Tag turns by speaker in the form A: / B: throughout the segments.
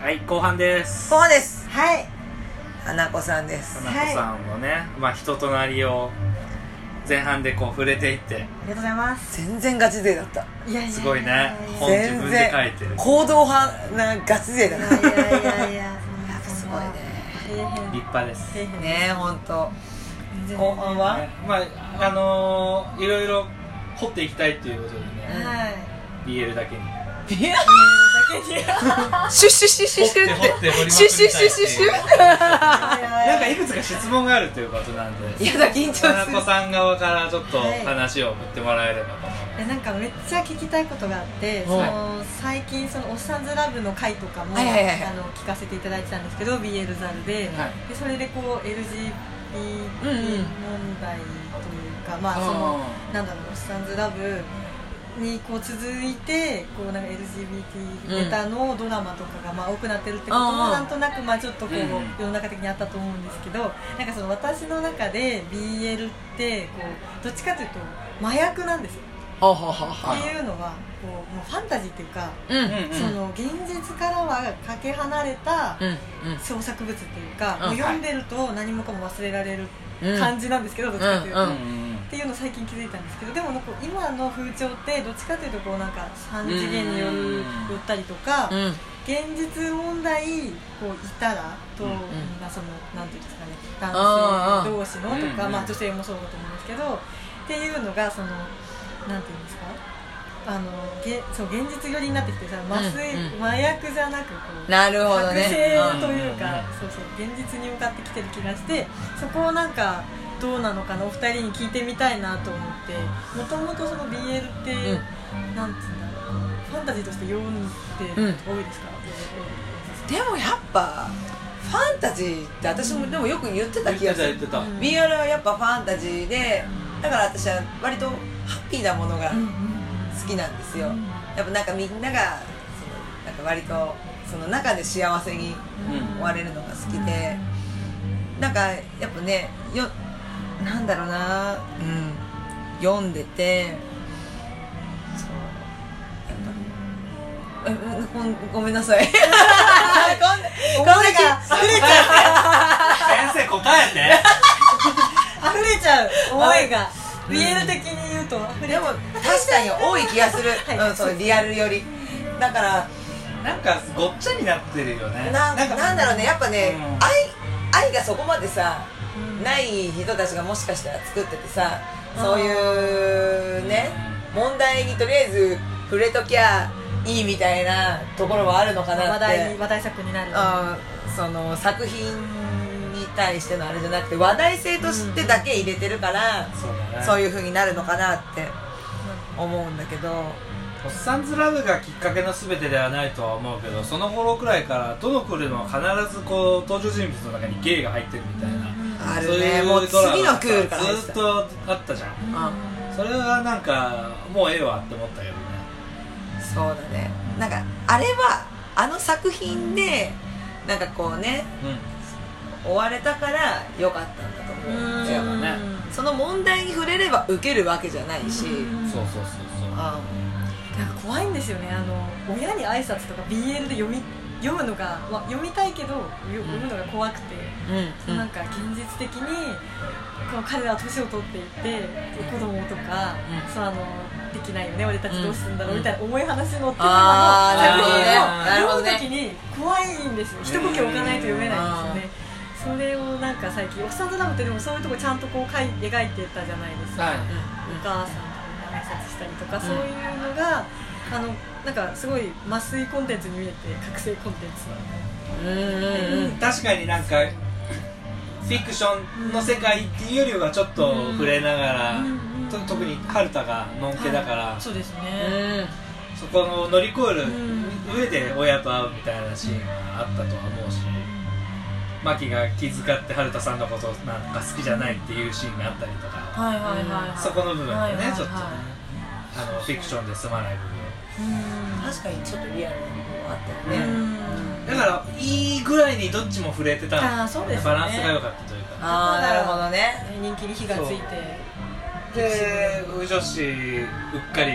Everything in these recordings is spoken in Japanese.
A: はい後半です
B: そうです
C: はい
B: 花子さんです
A: 花子さんのね、まあ人となりを前半でこう触れていって
C: ありがとうございます
B: 全然ガチ勢だった
C: いやいや
A: すごいね本自
B: 全
A: 分で
B: 然
A: 書いてる
B: 行動派なガチ勢だ
C: い
B: な
C: やいやいやいや
B: す
C: そん
B: ごい
C: な
B: ね
C: そんな
A: 立派です
C: 大変大変
B: ねえほんと
C: 全然
B: 後半は
A: ねまああのーいろいろ掘っていきたいっていうことでね、
C: はい
A: BL だけに
B: シュッシュッシュッシュッシュッ
A: 掘って掘りまくりたいっていう
B: シュッシュッシュッシュッシュッ
A: なんかいくつか質問があるということなんで
B: やだ緊張する
A: 花子さん側からちょっと話を振ってもらえればと思
C: えなんかめっちゃ聞きたいことがあって、その最近そのおっさんずラブの回とかも、
B: はいはいはい
C: あの聞かせていただいてたんですけど、BL ザルで、
A: はい
C: でそれでこう
B: うんうん
C: LGBT 問題というか、まあそのなんだろうおっさんずラブにこう続いてこうなんか LGBT ネタのドラマとかがまあ多くなってるってことも
B: あー
C: なんとなくまあちょっとこう、
A: うんうん
C: 世の中的にあったと思うんですけどなんかその私の中で BL ってこうどっちかというと麻薬なんですよ
B: ほうほうほうほ
C: っていうのはこうもうファンタジーっていうか、
B: ううんうん
A: うん
C: その現実からはかけ離れた
B: うん
C: 創作物っていうか、
B: うん
C: もう読んでると何もかも忘れられる
B: うん
C: 感じなんですけど、どっちかというと、
B: う
A: うんん
C: っていうのを最近気づいたんですけどでもなんか今の風潮ってどっちかというとこうなんか三次元によ
A: うん
C: るよったりとか、
B: うん
C: 現実問題こういたらと、
A: うんうん
C: みんなそのなんていうんですかね
B: あ
C: 男
B: ー
C: 性同士のと
A: うん
C: か、
A: うん
C: まあ、女性もそうだと思うんですけどっていうのがそのなんていうんですかあのげそう現実寄りになってきてさ麻酔、
B: うん
C: 麻薬じゃなくこう
B: なるほど
C: 覚
B: ね
C: 醒
A: うん
C: というか、
A: う
C: そうそう現実に向かってきてる気がしてそこをなんかどうなのかなお二人に聞いてみたいなと思ってもともとその BL って、なんつうんだろうファンタジーとして読んで
B: うん
C: 多いですか、
B: うんでもやっぱファンタジーって私もでもよく言ってた
A: 言っ
B: 気
A: て
B: がす
A: た言
B: る
A: ってた、
C: うん
B: BR はやっぱファンタジーでだから私は割とハッピーなものが
C: うんうん
B: 好きなんですよ
C: うん
B: やっぱなんかみんながそのなんか割とその中で幸せに終われるのが好きでなんかやっぱねよなんだろうな、うん、読んでてそうやっぱりえごごめんなさい こんこんな
C: 思いが
B: き
A: 先生答えて
C: 溢れちゃう思いが
B: うん
C: BL 的に言うと溢れち
B: でも
C: ゃう
B: 確かに多い気がする、
C: はい
B: うん、そうリアルよりだから
A: なんかごっちゃになってるよね
B: な
A: なん
B: んなんだろうねやっぱね、
A: うん
B: 愛愛がそこまでさ
C: うん
B: ない人たちがもしかしたら作っててさそういうね問題にとりあえず触れときゃいいみたいなところはあるのかな
C: 話
B: っ
C: 題
B: て
C: に話題作になる
B: うんその作品に対してのあれじゃなくて話題性としてだけ入れてるから、
A: そうだね
B: そういう風になるのかなって思うんだけど
A: おっさんずラブがきっかけの全てではないとは思うけどその頃くらいからどの来るも必ずこう登場人物の中にゲイが入ってるみたいな、
B: あ
A: そう
B: る
A: い
B: ねもう次
A: ドラマが
B: のクールから入って
A: ずったとあったじゃん
B: うん
A: それはなんかもうええわって思ったけどね
B: そうだねなんかあれはあの作品でなんかこうね追われたから良かったんだと思うんだよ
A: そうだね
B: その問題に触れれば受けるわけじゃないし、
A: うんそうそうそうそう
B: あ
C: なんか怖いんですよねあの親に挨拶とか BL で読み読むのが、まあ、読みたいけどよ読むのが怖くて、
B: うん
C: なんか現実的にこう彼らは年を取っていって子供とか、
B: うん
C: そうあのできないよね俺たちどうするんだろう
B: うん
C: みたいな重い話のっていうのも
B: あー
A: なるほどね
B: なるほど
C: 作
B: ね
C: 品を読む時に怖いんですよ一呼吸置かないと読めないんですよねそれをなんか最近「オフサンドラブ」ってでもそういうとこちゃんとこう描い描いてたじゃないですか、
A: はい
C: お母さんと挨拶したりとか、そういうのがあのなんかすごい麻酔コンテンツに見えて覚醒コンテンツ
B: うんうんうん
A: 確かになんかフィクションの世界っていうよりはちょっと触れながら、
C: うん
A: と特に春田がのんけだから、
C: そうですね、
A: そこの乗り越える
C: うん
A: 上で親と会うみたいなシーンがあったとは思うしマキが気遣って春田さんのことなんか好きじゃないっていうシーンがあったりとか
C: はいはいはい、はい、
A: そこの部分でね、
C: はいはいはい
A: ちょっとねあのフィクションで済まない部
C: うん
B: 確かにちょっとリアルな部分はあっ
A: う
B: たよね、
A: ん分だからいいぐらいにどっちも触れてた
C: あーそうですね
A: バランスが良かったというか
B: ああなるほどね
C: 人気に火がついて
A: で女子うっかり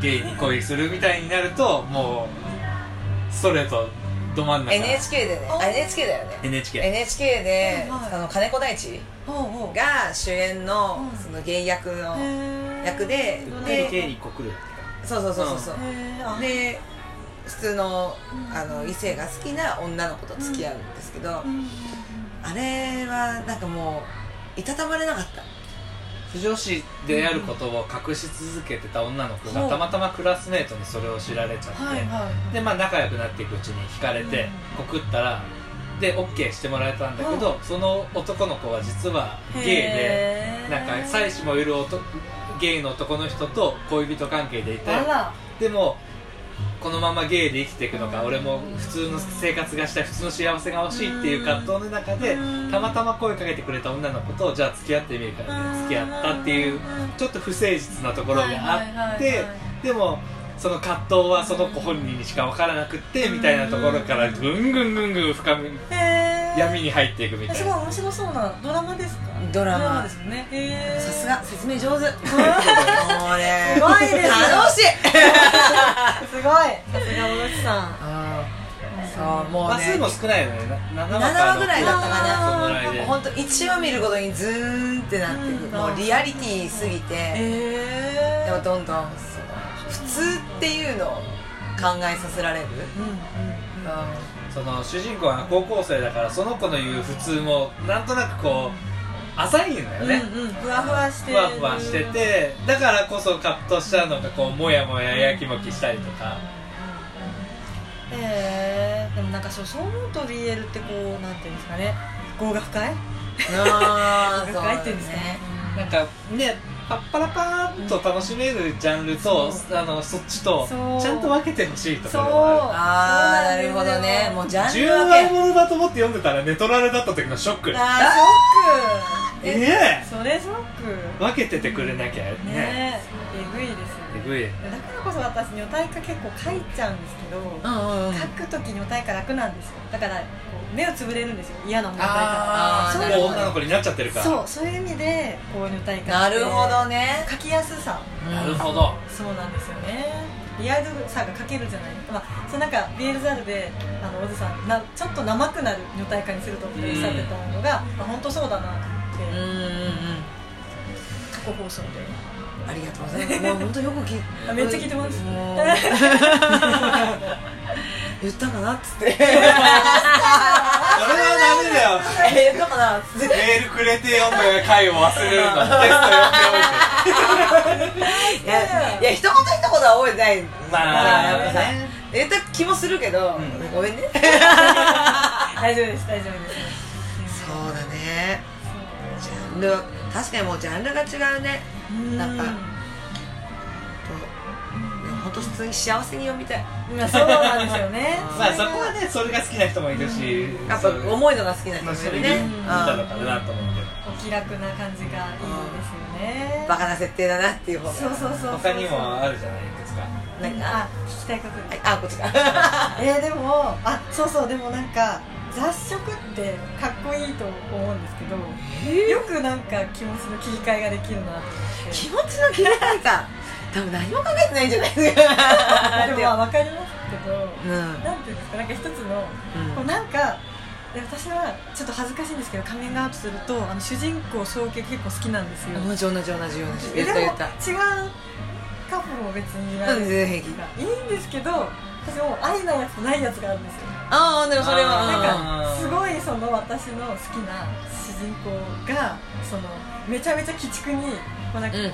A: ゲイに恋するみたいになるともうストレート
D: ど真ん中
B: NHK でね
C: お
B: あ NHK だよね
A: NHK
B: NHK で、
C: はいはい
B: あの金子大地
C: ほうほう
B: が主演の
C: うん
B: そのゲイ役の
C: へー
B: 役で
C: うん
B: で
A: 経理国だって
B: そうそうそうそうそう、
C: へーあ
B: で普通の
C: うん
B: あの異性が好きな女の子と付き合うんですけど、
C: うん
B: あれはなんかもういたたまれなかった
A: 不女子であることを隠し続けてた女の子がたまたまクラスメートにそれを知られちゃって、
C: はいはい
A: でまあ仲良くなっていくうちに惹かれて告ったらで OK してもらえたんだけど、その男の子は実はゲイで
C: へー
A: なんか妻子もいる男ゲイの男の人と恋人関係でいて
C: あら
A: でもこのままゲイで生きていくのか
C: うん
A: 俺も普通の生活がしたい普通の幸せが欲しいっていううん葛藤の中で
C: うん
A: たまたま声かけてくれた女の子とじゃあ付き合ってみるからね付き合ったっていうちょっと不誠実なところがあって、
C: はいはいはいはい
A: でもその葛藤はその子本人にしか分からなくってみたいなところからぐんぐんぐんぐん深み
C: へー
A: 闇に入っていくみた
C: す
A: い
C: ごい
A: な
C: 面白そうなドラマですか
B: ドラマ
C: ですよねへ
B: さ
C: ー
B: すが説明上手も うね
C: すごいです
B: 楽しい
C: よすごいさすが小口さん
B: あーそうもうね
A: 話数も少ないよねな7話
B: 7話ぐらいだったかな
A: そのぐらいで
B: 本当1話見るごとにズーンってなってく
C: うん
B: もうリアリティすぎて
C: え
B: で
C: ー
B: もどんどんその普通っていうのを考えさせられる、
C: うんうん
B: うん
A: その主人公は高校生だからその子の言う普通もなんとなくこう浅いんだよね、
C: うんうんふわふわして
A: ふわふわしててだからこそカットしちゃうのがこうもやもややきもきしたりとか
C: えーでもなんかそうそう思うと BL ってこうなんていうんですかね業が深い
B: あ
C: 業
B: ー
C: が深いっていうんですかね
A: なんかねパッパラパーンと楽しめるジャンルと、
C: そ
A: あのそっちと
C: そう
A: ちゃんと分けてほしいとこ
C: そう
A: ろがある
B: あーなるほどねもうジャンル
A: 10
B: 分
A: 倍
B: け
A: ものだと思って読んでたらネトラルだった時のショックね
C: あーショックえ
A: え
C: それショック
A: 分けててくれなきゃね
C: ねええぐいです
A: え
C: よね
A: ぐい
C: だからこそ私女体化結構書いちゃうんですけど、
B: うんうんうん
C: 書くとき女体化楽なんですよだからこう目をつぶれるんですよ嫌な女体
B: あ
C: 化
B: ー
C: そう
B: な
C: いう
A: も
B: る
A: う
B: ほど
A: 女の子になっちゃってるから
C: そうそういう意味でこう女体化
B: なるほど
C: ね
B: ね
C: 書きやすさ
A: なるほど
C: そうなんですよねリアルさが書けるじゃないですか、まあ、そのなんかビールザルであのおずさんなちょっと生くなる女体化にするとっておっしゃってたのが、まあ、本当そうだなと
B: うんう
C: 思って
B: んうん
C: 過去放送で
B: ありがとうございますもう本当よく聞い
C: あめっちゃ聞いてます
B: もう 言ったかなっつって
A: それはダメだよ
B: 言ったかなっつっ
A: メ
B: て
A: ールくれてよという回を忘れるのテスト読んで
B: いやいや一言一言は覚えてない
A: まあ
B: やっぱさ
A: ね
B: 言った気もするけど、
A: ん
B: ごめんね
C: 大丈夫です大丈夫です
B: そうだねジャンルは確かにもうジャンルが違うね
C: うん
B: なんか本当普通に幸せに読みたい
C: まあそうなんですよね
A: まあそこはねそれが好きな人もいるし
B: やっぱ重いのが好きな人
A: の
B: も
A: 人
B: い
A: も
B: る
A: い
B: ね、
A: たの
B: う
A: かなと思うけど
C: お気楽な感じがいいですよね
B: んバカな設定だなっていう方が
C: そうそうそうそう
A: 他にもあるじゃないですか
B: なんか
C: あ聞きたいことです
B: はいあこっち か
C: えー、でもあそうそうでもなんか雑食ってかっこいいと思うんですけど、よくなんか気持ちの切り替えができるなと思
B: 気
C: っ
B: 持ちの切り替えか多分何も考えてないんじゃないです か
C: てでもまあ分かりますけど
B: うんうん
C: なんて いうんですかなんか一つのこうなんかで私はちょっと恥ずかしいんですけど仮面がアウトするとあの主人公小慶結構好きなんですよ、
B: 同じ同じ同じ同じ言
C: え
B: っ
C: でも
B: た
C: 違
B: 言
C: う
B: った
C: カップも別にいな
B: ないん
C: い
B: で平気
C: いんですけど私もう愛なやつとないやつがあるんですよ
B: ああでもそれは
C: なん
B: うん
C: かすごいその私の好きな主人公がそのめちゃめちゃ鬼畜にこうなんかこ
B: うん
C: う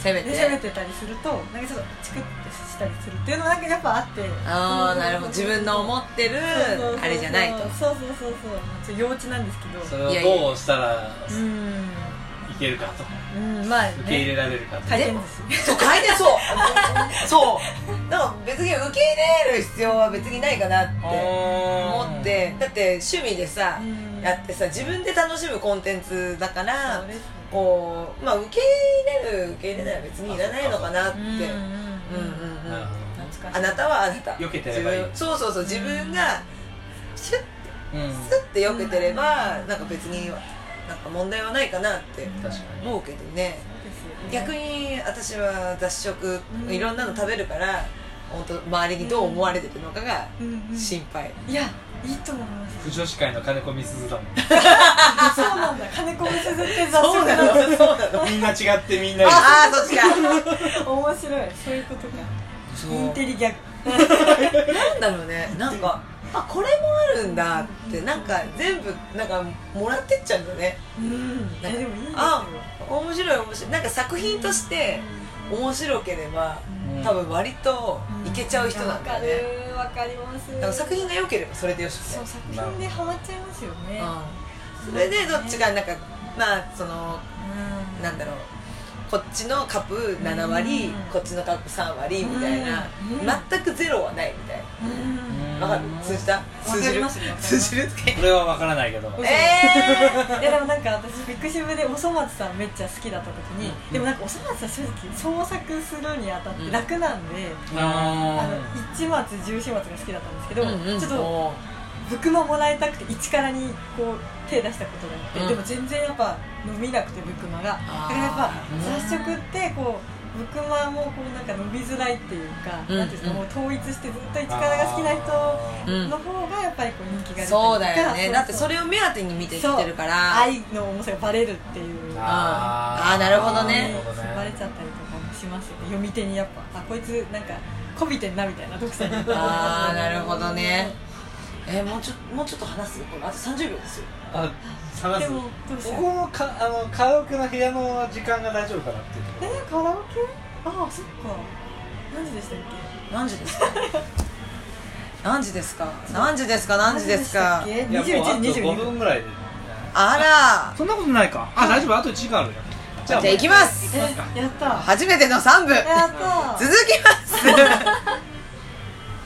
B: せめて
C: ねしゃべってたりするとなんかちょっとチクってしたりするっていうのなんかやっぱあって
B: ああなるほど自分の思ってる
C: そうそうそう
B: あれじゃないと
C: そうそうそうそうちょっと幼稚なんですけど
A: そうれをどうしたら
C: ん
A: いけるかとか
C: うんまあ
A: 受け入
C: ね
A: れられるかとか
C: 回転寿司
B: そう変えてそうそうだから別に受け入れる必要は別にないかなって思
A: 思
B: ってだって趣味でさ
C: うん
B: やってさ自分で楽しむコンテンツだから
C: そうですね
B: こうまあ受け入れる受け入れないは別にいらないのかなって
C: う
B: うんん
C: うん
B: うん
C: うん
A: なる
B: うん
A: ほ
C: 懐かしい
B: あなたはあなた
A: 避けてればいい
B: 自分そうそうそう自分がシュッ
A: どうん
B: スッて避けてればなんか別になんか問題はないかなって
A: 確かに
B: 思うけどね
C: ですよね
B: 逆に私は雑食
C: うん
B: いろんなの食べるから本当周りにどう思われてるのかが
C: うんうん
B: 心配、
C: いやいいと思います
A: 不女子会の金子みすずだもん
C: そうなんだ金子みすずって雑
B: そう
C: 誌
B: な
C: な
B: の
C: の
B: そうなの
A: みんな違ってみんないる
B: ああそっちか
C: 面白いそういうことか
A: そう
C: インテリギャ
B: なんだろうねなんかあこれもあるんだってなんか全部なんかもらってっちゃうんだよね
C: うんえでもいいですよ
B: あ面白い面白いなんか作品として面白ければ
A: うん
B: 多分割といけちゃう人なんだよね
C: ねわかるわかります
B: だから作品が良ければそれでよしみたい
C: そう
B: な
C: 作品でハマっちゃいますよね
B: うんそれでどっちがなんかまあその
C: うん
B: なんだろうこっちのカップ7割、
C: うん
B: こっちのカップ3割みたいな、
C: うん
B: 全くゼロはないみたい
C: うん
B: なわかる通じた
C: わ
B: 通
C: か
B: じ
C: り
B: る
C: ますよ
B: 通じる
A: これは分からないけど
C: うん
B: え
C: いやでもなんか私ビッグシブでおそ松さんめっちゃ好きだった時に、
A: うん
C: でもなんかおそ松さん正直創作するにあたっ
B: うん
C: て楽なんで、あの
A: あ
C: 一松十四松が好きだったんですけど、
B: ー
C: ちょっと服ももらいたくて一からにこう手出したことがあって、
B: うん
C: でも全然やっぱ伸びなくて僕間がだ
B: あー
C: からやっぱ雑食ってこう僕間もこうなんか伸びづらいっていうか、
B: うん
C: なんていうんですかもう統一してずっと一
A: ー
C: からが好きな人
B: うん
C: の方がやっぱりこう人気が出たりとか
B: そうだよねだってそ
C: れ
B: れを目当てに見てきてるから
C: 愛の重さがバレるっていう
B: あーなるほどね
C: そうバレちゃったりとかもしますよね読み手にやっぱあこいつなんかこびてんなみたいな読者に
B: ああなるほどねえーもうちょもうちょっと話すこれあと30秒ですよ
A: あ探
C: ですもどうし
A: こ
C: よう
A: こもかあのカラオケの部屋の時間が大丈夫かなっていうとこ
C: え
A: ろ
C: カラオケああそっか何時でしたっけ
B: 何時 ですか何時ですか何時ですか何時ですか
C: 何時
A: いや
C: でしたっ
A: も
C: け
A: う
C: 21
A: あと
C: 時
A: 5
C: 22
A: 分
C: 分
A: ぐらいで
B: あ
A: そんなことないかあ大丈夫あと1時間あるよ
B: らじゃあ行きます
C: えやったや
B: 初めての3部
C: った
B: 続きます